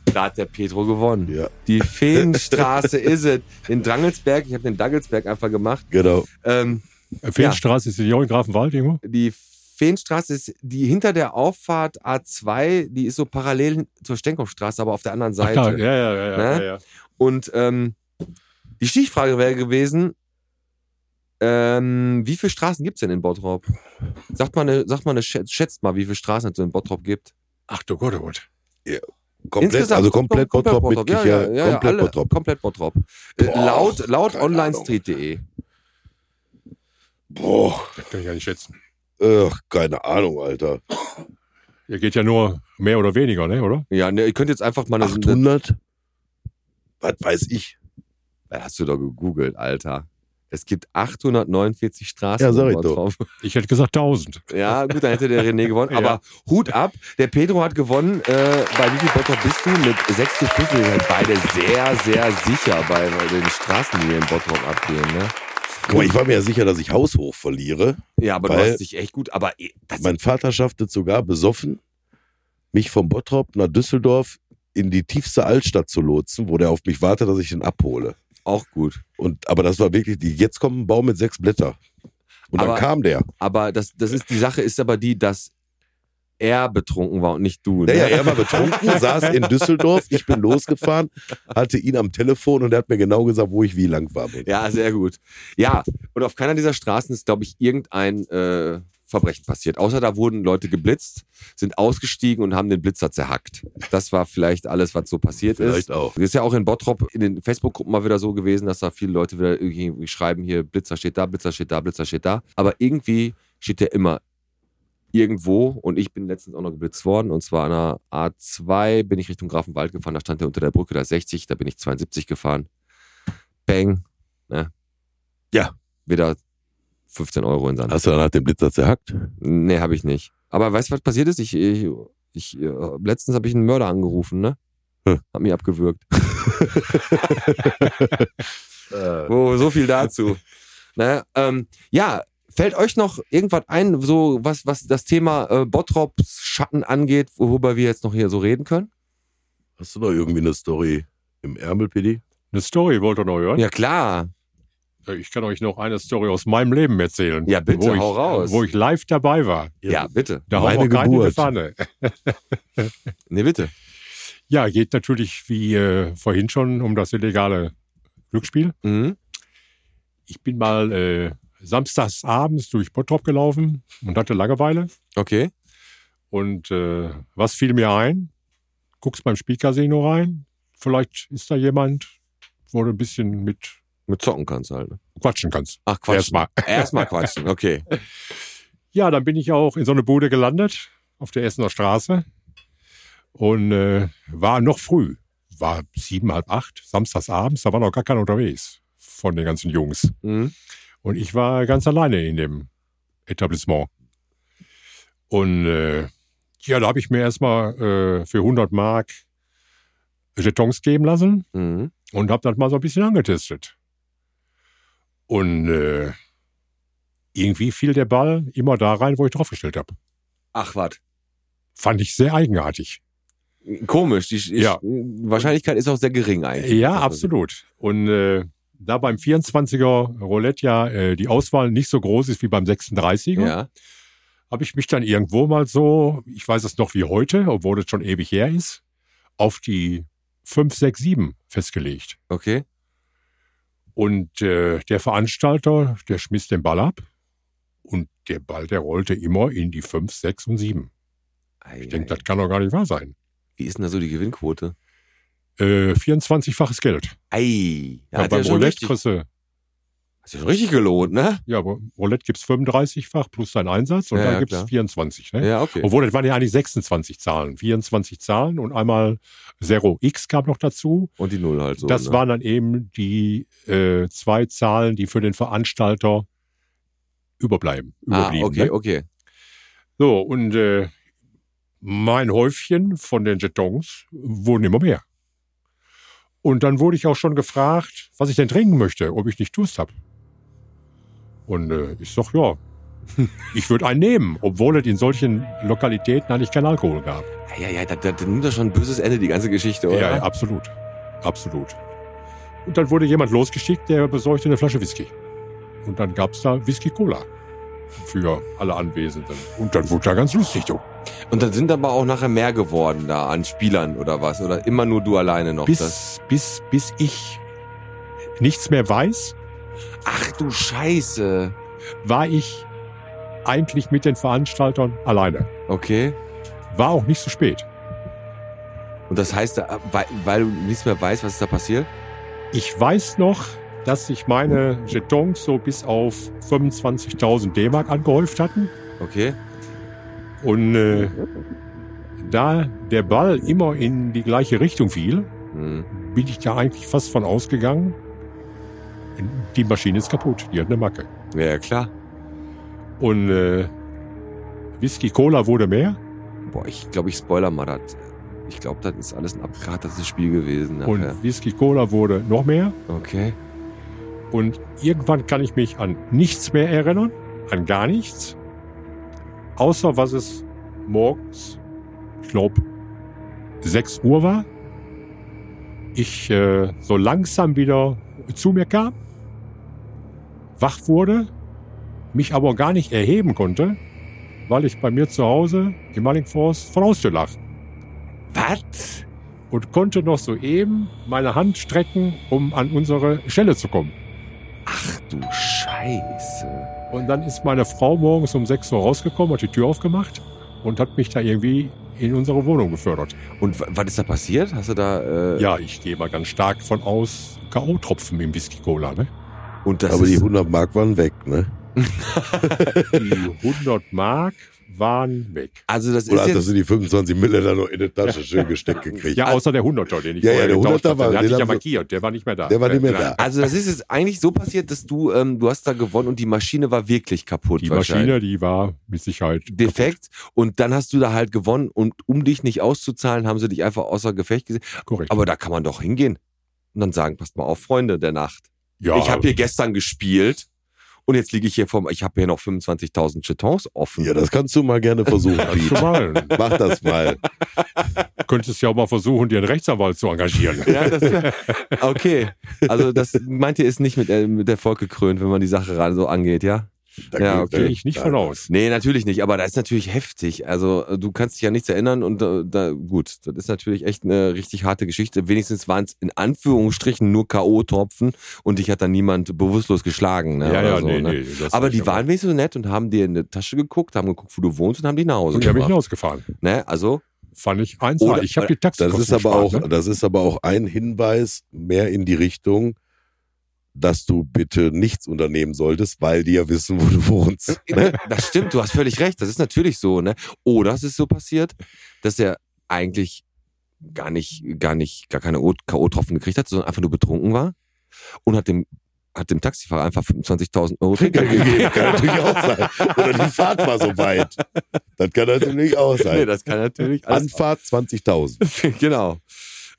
Da hat der Petro gewonnen.
Ja,
Die Feenstraße ist es. In Drangelsberg, ich habe den Drangelsberg einfach gemacht.
genau.
Ähm,
Äh, Feenstraße ist die auch in Grafenwald irgendwo?
die Feenstraße ist die hinter der Auffahrt A2, die ist so parallel zur Stenkopfstraße, aber auf der anderen
Ach,
Seite.
da, ja, ja, ja, ja,
Ne?
ja, ja.
Und ähm, die Stichfrage wäre gewesen, ähm, wie viele Straßen gibt's denn in Bottrop? Sagt mal, eine, sagt mal eine, schätzt schätzt mal, wie viele Straßen es in Bottrop gibt.
Ach du Gott, oh Gott.
Komplett,
Insgesamt
also komplett Bottrop, mit
Ja,
Kicher.
ja, ja, ja,
komplett
alle,
Bottrop.
Komplett Bottrop. Äh,
Boah,
laut laut
keine
onlinestreet.de.
Boah,
Das kann ich ja nicht schätzen.
ach, keine Ahnung, Alter.
Ihr geht ja nur mehr oder weniger, ne, oder?
Ja, ne, ihr könnt jetzt einfach mal eine.
800? Was weiß ich?
eine hast du doch gegoogelt, Alter. Es gibt 849 Straßen.
Ja, sag
in
ich doch.
Bottrop.
Ich hätte gesagt 1000.
Ja, gut, dann hätte der René gewonnen.
Ja.
Aber Hut ab. Der Pedro hat gewonnen. Äh, bei Vivi Bottrop bist du mit 6 zu 5. Ihr seid beide sehr, sehr sicher bei den Straßen, die hier in Bottrop abgehen. Ne?
Guck mal, ich war mir ja sicher, dass ich haushoch verliere.
Ja, aber du
Weil-
hast dich echt gut. Aber eh, das
Mein Vater schaffte es sogar besoffen, mich vom Bottrop nach Düsseldorf in die tiefste Altstadt zu lotsen, wo der auf mich wartet, dass ich ihn abhole.
ist auch gut.
Und, aber das war wirklich, die, jetzt kommt ein Baum mit sechs Blätter. Und
Aber-
dann kam der.
Aber das, das ist, die Sache ist aber die, dass er betrunken war und nicht du. Ne?
Naja, er war betrunken, saß in Düsseldorf, ich bin losgefahren, hatte ihn am Telefon und er hat mir genau gesagt, wo ich wie lang war.
Ja, sehr gut. Ja, und auf keiner dieser Straßen ist, glaube ich, irgendein äh, Verbrechen passiert. Außer da wurden Leute geblitzt, sind ausgestiegen und haben den Blitzer zerhackt. Das war vielleicht alles, was so passiert ist.
auch.
Ist ja auch in Bottrop in den Facebook-Gruppen mal wieder so gewesen, dass da viele Leute wieder irgendwie schreiben, hier Blitzer steht da, Blitzer steht da, Blitzer steht da. Aber irgendwie steht der immer irgendwo und ich bin letztens auch noch geblitzt worden und zwar an der A2 bin ich Richtung Grafenwald gefahren, da stand der unter der Brücke, da ist 60, da bin ich 72 gefahren. Bang. Ne?
Ja.
Wieder 15 Euro in Sand.
Hast du danach den Blitzer zerhackt?
Nee, habe ich nicht. Aber weißt du, was passiert ist? Ich, ich, ich äh, letztens habe ich einen Mörder angerufen, ne?
Hm.
Hab mich abgewürgt. Oh, so viel dazu. naja, ähm, ja, fällt euch noch irgendwas ein, so was, was das Thema äh, Bottrops Schatten angeht, worüber wir jetzt noch hier so reden können?
Hast du noch irgendwie eine Story im Ärmel, Pidi?
Eine Story wollt ihr noch hören? Äh,
Ja, klar.
Ich kann euch noch eine Story aus meinem Leben erzählen.
Ja, bitte,
wo ich,
hau raus.
Wo ich live dabei war.
Ja, bitte.
Da haben wir
Meine
keine
Geburt.
Pfanne.
Nee, bitte.
Ja, geht natürlich wie äh, vorhin schon um das illegale Glücksspiel.
Mhm.
Ich bin mal äh, samstags abends durch Bottrop gelaufen und hatte Langeweile.
Okay.
Und äh, was fiel mir ein? Guckst beim Spielcasino rein. Vielleicht ist da jemand, wo du ein bisschen mit
Mit zocken kannst du halt. ne?
quatschen kannst.
Ach, Quatsch.
Erstmal.
Erstmal quatschen, okay.
Ja, dann bin ich auch in so eine Bude gelandet, auf der Essener Straße. Und äh, war noch früh, war sieben, halb acht, samstagsabends, da war noch gar keiner unterwegs von den ganzen Jungs.
Mhm.
Und ich war ganz alleine in dem Etablissement. Und äh, ja, da habe ich mir erstmal äh, für 100 Mark Jetons geben lassen
Mhm.
und habe das mal so ein bisschen angetestet. Und äh, irgendwie fiel der Ball immer da rein, wo ich draufgestellt habe.
Ach, was.
Fand ich sehr eigenartig.
Komisch. Die, die
Ja.
Wahrscheinlichkeit ist auch sehr gering eigentlich. Also,
Ja, absolut. Und äh, da beim 24er Roulette ja äh, die Auswahl nicht so groß ist wie beim 36er,
Ja.
habe ich mich dann irgendwo mal so, ich weiß es noch wie heute, obwohl es schon ewig her ist, auf die 5, 6, 7 festgelegt.
Okay.
Und äh, der Veranstalter, der schmiss den Ball ab und der Ball, der rollte immer in die 5, 6 und 7. Ich denke, das kann doch gar nicht wahr sein.
Wie ist denn da so die Gewinnquote?
Äh, 24-faches Geld.
Ei. da
Ja,
hat
beim
ja schon
Roulette
richtig,
kriegst du
hat ja schon richtig gelohnt, ne?
Ja, aber Roulette gibt's 35-fach plus dein Einsatz und
Ja,
da
ja,
gibt's
klar.
24. Ne?
Ja, okay.
Obwohl, das waren ja eigentlich 26 Zahlen. 24 Zahlen und einmal 0x kam noch dazu.
Und die Null halt so.
das
ne?
waren dann eben die äh, zwei Zahlen, die für den Veranstalter überbleiben.
Ah,
Überblieben,
okay,
ne?
okay.
So, und äh, mein Häufchen von den Jetons wurden immer mehr. Und dann wurde ich auch schon gefragt, was ich denn trinken möchte, ob ich nicht Durst habe. Und äh, ich sag, ja, ich würde einen nehmen, obwohl es in solchen Lokalitäten eigentlich keinen Alkohol gab.
Ja, ja, da, da, da nimmt das schon ein böses Ende, die ganze Geschichte, oder?
Ja, ja, absolut. Absolut. Und dann wurde jemand losgeschickt, der besorgte eine Flasche Whisky. Und dann gab's da Whisky Cola für alle Anwesenden. Und dann wurde da ganz lustig, du.
Und dann sind aber auch nachher mehr geworden da an Spielern oder was? Oder immer nur du alleine noch? das?
bis, bis, bis ich nichts mehr weiß,
Ach du Scheiße.
war ich eigentlich mit den Veranstaltern alleine.
Okay.
War auch nicht so spät.
Und das heißt, da- weil, weil du nichts mehr weißt, was ist da passiert?
Ich weiß noch, dass sich meine Jetons so bis auf 25.000 D-Mark angehäuft hatten
Okay.
und äh, da der Ball immer in die gleiche Richtung fiel,
Hm.
bin ich da eigentlich fast von ausgegangen, die Maschine ist kaputt, die hat eine Macke.
Ja, ja, klar.
Und äh, Whisky Cola wurde mehr.
Boah, ich glaube, ich spoiler mal das. Ich glaube, das ist alles ein abgeratertes Spiel gewesen.
Und
Nachher.
Whisky Cola wurde noch mehr.
Okay.
Und irgendwann kann ich mich an nichts mehr erinnern, an gar nichts. Außer was es morgens, ich glaube, 6 Uhr war. Ich äh, so langsam wieder zu mir kam, wach wurde, mich aber gar nicht erheben konnte, weil ich bei mir zu Hause im Mallingforst von Haustür lag
Was?
und konnte noch soeben meine Hand strecken, um an unsere Stelle zu kommen.
Ach du Scheiße.
Und dann ist meine Frau morgens um 6 Uhr rausgekommen, hat die Tür aufgemacht und hat mich da irgendwie in unsere Wohnung befördert.
Und wa- was ist da passiert? Hast du da. Äh,
Ja, ich gehe mal ganz stark von aus, K.O.-Tropfen im Whisky-Cola, ne?
Und das
Aber die
ist,
100 Mark waren weg, ne?
Die 100 Mark waren weg.
also das
Oder
ist
hast
jetzt,
du die 25 Mille da noch in die Tasche schön gesteckt gekriegt?
Ja, außer der 100er, den ich
Ja, ja,
vorher
der
getauscht
100er
hatte.
war-
Den hatte
den
ich ja
haben sie-
markiert, der war nicht mehr da.
Der war nicht mehr
Äh,
da.
also das ist jetzt eigentlich so passiert, dass du ähm, du hast da gewonnen und die Maschine war wirklich kaputt.
Die
wahrscheinlich.
Maschine, die war mit Sicherheit
defekt und dann hast du da halt gewonnen und um dich nicht auszuzahlen, haben sie dich einfach außer Gefecht gesetzt.
korrekt.
Aber da kann man doch hingehen und dann sagen, passt mal auf, Freunde der Nacht.
ja,
Ich habe hier gestern gespielt und jetzt liege ich hier vorm, ich habe hier noch 25.000 Jetons offen.
Ja, das kannst du mal gerne versuchen,
kannst du
Piet.
mal.
Mach das mal.
könntest ja auch mal versuchen, dir einen Rechtsanwalt zu engagieren.
Ja, das wär- okay. Also das meint ihr ist nicht mit, äh, mit Erfolg gekrönt, wenn man die Sache gerade so angeht, ja?
Da
Ja,
geht- äh,
okay.
Gehe ich nicht von aus.
Nee, natürlich nicht, aber das ist natürlich heftig. Also äh, du kannst dich ja nichts erinnern und äh, da, gut, das ist natürlich echt eine richtig harte Geschichte. Wenigstens waren es in Anführungsstrichen nur K.O.-Tropfen und dich hat dann niemand bewusstlos geschlagen. Ne,
Ja,
oder
ja,
so,
nee,
ne?
nee. das
Aber
ist
die
ja-
waren wenigstens so nett und haben dir in die Tasche geguckt, haben geguckt, wo du wohnst und haben dich nach Hause
Und die habe ich
gebracht.
rausgefahren.
Ne? Also,
Fand ich eins.
Oder-
ich habe die Taxi
Das ist aber auch,
ne?
ne?
das ist aber auch ein Hinweis mehr in die Richtung, dass du bitte nichts unternehmen solltest, weil die ja wissen, wo du wohnst.
ne? das stimmt, du hast völlig recht, das ist natürlich so. Ne? Oder es ist so passiert, dass er eigentlich gar nicht, gar nicht, gar keine K.O.-Tropfen gekriegt hat, sondern einfach nur betrunken war und hat dem, hat dem Taxifahrer einfach 25.000 Euro Trinkgeld gegeben.
Gegeben, kann natürlich auch sein. Oder die Fahrt war so weit. Das kann natürlich auch
Nee,
sein.
das kann natürlich alles
Anfahrt 20.000.
genau.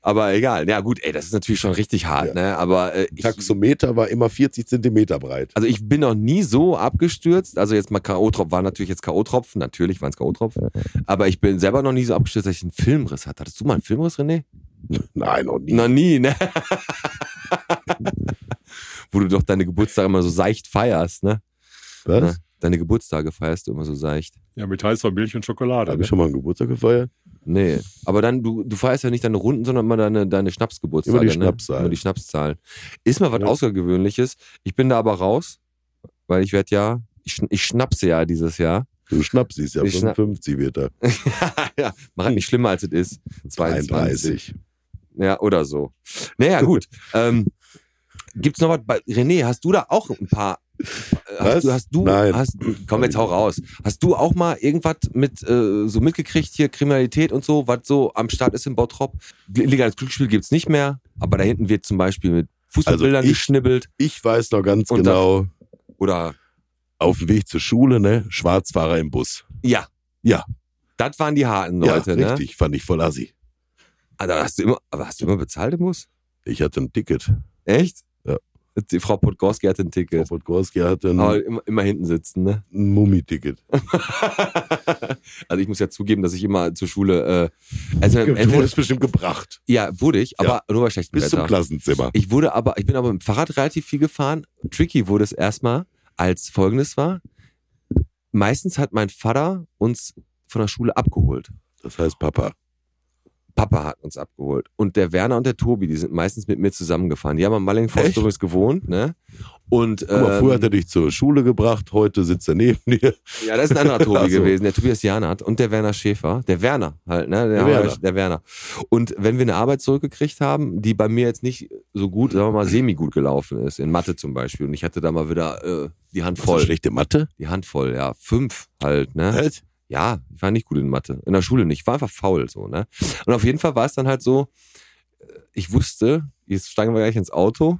Aber egal. Ja, gut, ey, das ist natürlich schon richtig hart,
Ja.
ne? Aber äh, ich,
Taxometer war immer 40 Zentimeter breit.
also ich bin noch nie so abgestürzt. Also jetzt mal K.O.-Tropfen, waren natürlich jetzt K.O.-Tropfen, natürlich waren es K.O.-Tropfen. Aber ich bin selber noch nie so abgestürzt, dass ich einen Filmriss hatte. Hattest du mal einen Filmriss, René?
Nein, noch nie.
Noch nie, ne? Wo du doch deine Geburtstage immer so seicht feierst, ne?
Was?
Ne? Deine Geburtstage feierst du immer so seicht.
Ja, mit heißer Milch und
Da
Schokolade.
habe
Ne?
ich schon mal einen Geburtstag gefeiert.
Nee, aber dann, du, du feierst ja nicht deine Runden, sondern immer deine, deine Schnapsgeburtstage.
Immer die
ne?
Schnapszahl.
Immer die Schnapszahl. Ist mal was
Ja.
Außergewöhnliches. Ich bin da aber raus, weil ich werde ja, ich, schn- ich schnapse ja dieses Jahr.
Du schnappst es ja,
Ich schnapp-
55 wird er.
ja, mach halt nicht schlimmer, als es ist. 22.
33.
Ja, oder so. Naja, gut. ähm, gibt's noch was? Bei, René, hast du da auch ein paar? äh,
Was?
Hast du, hast du,
Nein.
hast, komm jetzt hau raus. Hast du auch mal irgendwas mit äh, so mitgekriegt hier Kriminalität und so, was so am Start ist in Bottrop? Illegales Glücksspiel gibt's nicht mehr, aber da hinten wird zum Beispiel mit Fußballbildern
Also ich-
geschnibbelt
Ich weiß noch ganz
Und
genau,
oder
auf dem Weg zur Schule, ne? Schwarzfahrer im Bus.
ja,
Ja.
das waren die harten Leute,
ja,
ne?
richtig, fand ich voll assi.
Aber hast du immer, aber hast du immer bezahlt im Bus?
Ich hatte ein Ticket.
Echt?
Ja. Oh,
Die Frau Podgorski hatte ein
Frau
Ticket.
Podgorski hatte ein,
Aber immer, immer hinten sitzen, ne?
ein Mummi-Ticket.
also ich muss ja zugeben, dass ich immer zur Schule, äh, also
Du
entweder,
wurdest bestimmt gebracht.
ja, wurde ich, aber nur bei schlechtem
Bis
Wetter.
zum Klassenzimmer.
Ich wurde aber, ich bin aber mit dem Fahrrad relativ viel gefahren. Tricky wurde es erstmal, als folgendes war. Meistens hat mein Vater uns von der Schule abgeholt.
Das heißt Papa.
Papa hat uns abgeholt. Und der Werner und der Tobi, die sind meistens mit mir zusammengefahren. Die haben am Malling-Forst gewohnt, ne? Und,
Guck mal,
ähm,
früher hat er dich zur Schule gebracht, heute sitzt er neben dir.
Ja, das ist ein anderer Tobi
Ach so.
gewesen, der Tobias Janert und der Werner Schäfer. Der Werner halt, ne? Der,
Der
der, Werner.
Werner.
der Werner. Und wenn wir eine Arbeit zurückgekriegt haben, die bei mir jetzt nicht so gut, sagen wir mal, semi-gut gelaufen ist, in Mathe zum Beispiel, und ich hatte da mal wieder äh, die Hand
Hast du
voll.
Schlechte Mathe?
Die Hand voll, ja. Fünf halt, ne?
Was?
Ja, ich war nicht gut in Mathe. In der Schule nicht. Ich war einfach faul so, ne? Und auf jeden Fall war es dann halt so, ich wusste, jetzt steigen wir gleich ins Auto.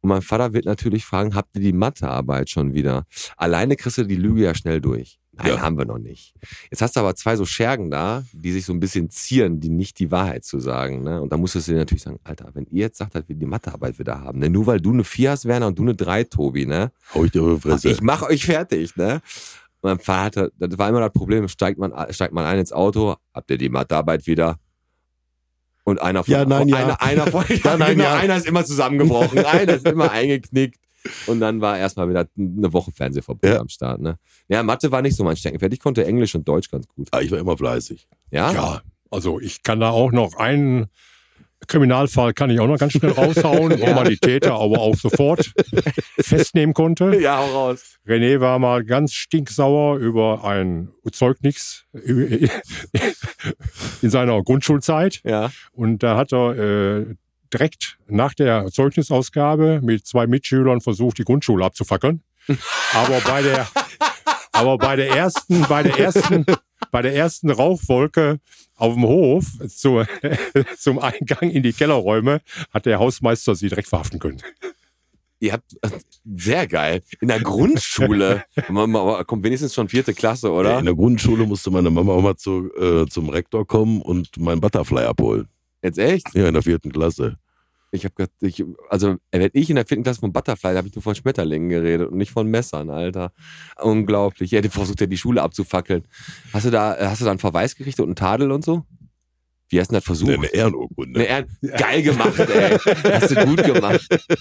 Und mein Vater wird natürlich fragen, habt ihr die Mathearbeit schon wieder? Alleine kriegst du die Lüge ja schnell durch. Nein,
Ja.
haben wir noch nicht. Jetzt hast du aber zwei so Schergen da, die sich so ein bisschen zieren, die nicht die Wahrheit zu sagen. Ne? Und da musstest du dir natürlich sagen, Alter, wenn ihr jetzt sagt, dass wir die Mathearbeit wieder haben, ne? nur weil du eine 4 hast, Werner, und du eine 3, Tobi, ne?
Hau ich dir auf die Fresse.
Ich mach euch fertig, ne? Und Mein Vater, das war immer das Problem, steigt man, steigt man ein ins Auto, habt ihr die Mathearbeit wieder? Und einer von,
Ja, nein, ja.
einer, einer von, ja,
nein,
genau,
ja.
einer ist immer zusammengebrochen, einer ist immer eingeknickt. Und dann war erstmal wieder eine Woche Fernsehverbot
Ja.
am Start, ne? Ja, Mathe war nicht so mein Steckenpferd. Ich konnte Englisch und Deutsch ganz gut.
ah, ich war immer fleißig.
Ja?
Ja, also ich kann da auch noch einen Kriminalfall kann ich auch noch ganz schnell raushauen, wo man die Täter aber auch sofort festnehmen konnte.
Ja, hau raus.
René war mal ganz stinksauer über ein Zeugnis in seiner Grundschulzeit.
Ja.
Und da hat er äh, direkt nach der Zeugnisausgabe mit zwei Mitschülern versucht, die Grundschule abzufackeln. Aber bei der, aber bei der ersten, bei der ersten, bei der ersten Rauchwolke auf dem Hof zu, zum Eingang in die Kellerräume hat der Hausmeister sie direkt verhaften können.
Ihr habt, sehr geil. In der Grundschule. Man, man kommt wenigstens schon vierte Klasse, oder?
In der Grundschule musste meine Mama auch mal zu, äh, zum Rektor kommen und meinen Butterfly abholen.
Jetzt echt?
Ja, in der vierten Klasse.
Ich habe gedacht, ich, also wenn ich in der vierten Klasse von Butterfly, da habe ich nur von Schmetterlingen geredet und nicht von Messern, Alter. Unglaublich. Ja, die versucht ja die Schule abzufackeln. Hast du da, hast du da einen Verweis gekriegt und einen Tadel und so? Wie hast du denn das versucht?
Nee, eine Ehrenurkunde.
Eine Ehren- Geil gemacht, ey. Hast du gut gemacht.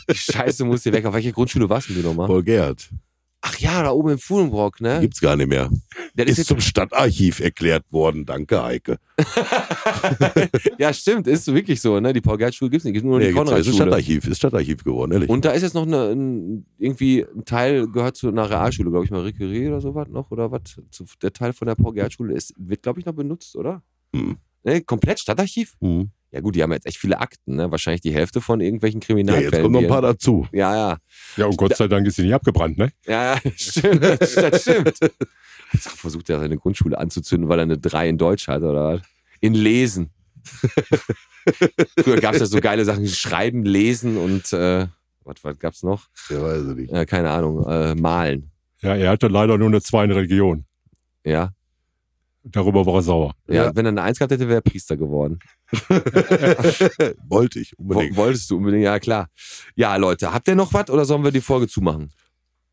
Die Scheiße muss dir weg. Auf welcher Grundschule warst denn du nochmal?
Paul Gerd.
Ach ja, da oben im Fuhlenbrock, ne?
Gibt's gar nicht mehr.
Der
Ist
ist
zum Stadtarchiv erklärt worden. Danke, Eike.
jetzt, ja, stimmt, ist wirklich so, ne? Die Paul-Gerd-Schule gibt's nicht, gibt's nur
Nee,
die
gibt's nicht. ist
Konrad-Schule.
Stadtarchiv. Ist Stadtarchiv geworden, ehrlich.
Und da ist jetzt noch eine, ein, irgendwie ein Teil gehört zu einer Realschule, glaube ich, Marie Curie oder sowas noch oder was. Zu- Der Teil von der Paul-Gerd-Schule ist, wird, glaube ich, noch benutzt, oder?
Hm.
Ne, komplett Stadtarchiv?
Hm.
Ja gut, die haben jetzt echt viele Akten, ne? Wahrscheinlich die Hälfte von irgendwelchen
Ja,
Kriminalfällen.
jetzt kommen noch ein
die-
paar dazu.
ja, ja,
Ja, und Gott sei Dank ist sie nicht abgebrannt, ne?
ja, ja, stimmt, das stimmt. Jetzt versucht er seine Grundschule anzuzünden, weil er eine 3 in Deutsch hat oder was? In Lesen. Früher gab es ja so geile Sachen, Schreiben, Lesen und äh, was, was gab's noch?
Ja, weiß ich nicht.
Äh, keine Ahnung, äh, Malen.
Ja, er hatte leider nur eine 2 in Religion.
Ja.
Darüber war er sauer.
Ja,
Ja.
wenn er eine Eins gehabt hätte, wäre er Priester geworden.
Wollte ich
Wo-
unbedingt.
Wolltest du unbedingt, ja klar. Ja, Leute, habt ihr noch was oder sollen wir die Folge zumachen?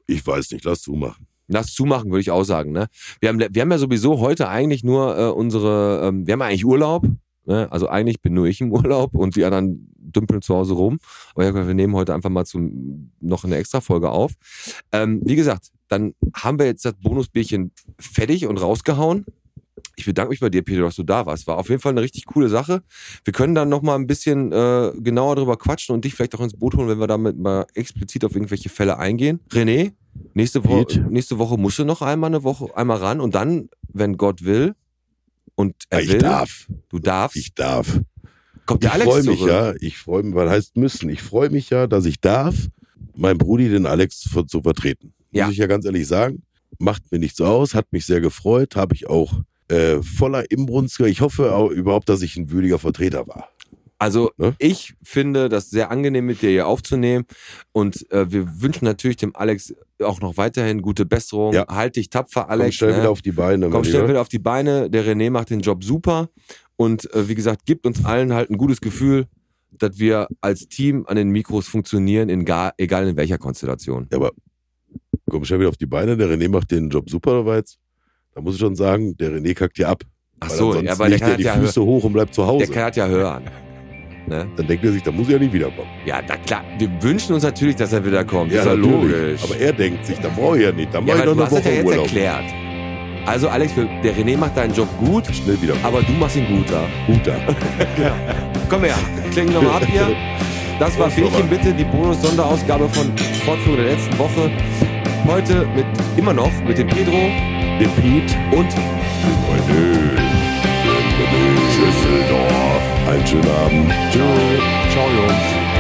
Ich weiß nicht, lass zumachen.
Lass zumachen, würde ich auch sagen. Ne? Wir, haben, wir haben ja sowieso heute eigentlich nur äh, unsere, ähm, wir haben eigentlich Urlaub. Ne? Also eigentlich bin nur ich im Urlaub und die anderen dümpeln zu Hause rum. Aber ich hab gedacht, wir nehmen heute einfach mal zum, noch eine extra Folge auf. Ähm, wie gesagt, dann haben wir jetzt das Bonusbierchen fertig und rausgehauen. Ich bedanke mich bei dir, Peter, dass du da warst. War auf jeden Fall eine richtig coole Sache. Wir können dann noch mal ein bisschen äh, genauer drüber quatschen und dich vielleicht auch ins Boot holen, wenn wir damit mal explizit auf irgendwelche Fälle eingehen. René, nächste, Wo
Pete.
nächste Woche musst du noch einmal eine Woche einmal ran und dann, wenn Gott will und er
ich
will,
darf.
du darfst,
Ich darf.
kommt
Ich
der Alex
freue mich
zurück.
ja. Ich freue mich, was heißt müssen? Ich freue mich ja, dass ich darf, mein Brudi, den Alex, ver- zu vertreten.
Ja.
Muss ich ja ganz ehrlich sagen. Macht mir nichts aus, hat mich sehr gefreut, habe ich auch äh, voller Imbrunst. ge- Ich hoffe auch überhaupt, dass ich ein würdiger Vertreter war.
Also
Ne?
ich finde das sehr angenehm, mit dir hier aufzunehmen. Und äh, wir wünschen natürlich dem Alex auch noch weiterhin gute Besserung.
Ja.
Halt dich tapfer,
Komm
Alex.
schnell
ne?
wieder auf die Beine. mein
Komm schnell
Lieber.
wieder auf die Beine. Der René macht den Job super. Und äh, wie gesagt, gibt uns allen halt ein gutes Gefühl, dass wir als Team an den Mikros funktionieren, in gar, egal in welcher Konstellation.
Ja, aber komm schnell wieder auf die Beine. Der René macht den Job super, aber jetzt, da muss ich schon sagen, der René kackt hier ab.
Ach
Weil
so,
ansonsten
ja, aber der
legt
kann,
er
halt
die
ja
Füße hoch und bleibt zu
hör, der
Hause.
kann halt ja hören. Ne?
Dann denkt er sich, da muss ich ja nicht wiederkommen.
Ja, na klar, wir wünschen uns natürlich, dass er wiederkommt. ist ja
natürlich.
logisch.
Aber er denkt sich, da brauche ich ja nicht. Da
Ja,
mache
aber
ich noch
du
eine
hast das ja
Woche
jetzt
Urlaub.
erklärt. Also Alex, wir- der René macht deinen Job gut,
Schnell wieder.
aber du machst ihn guter.
Gut ab.
Komm her, klingen nochmal ab hier. Das war Bierchen bitte, die Bonus-Sonderausgabe von Fortführung der letzten Woche. Heute mit immer noch mit dem Pedro, dem Piet und
Schüsseldorf. Einen schönen Abend. Tschüss.
ciao Jungs.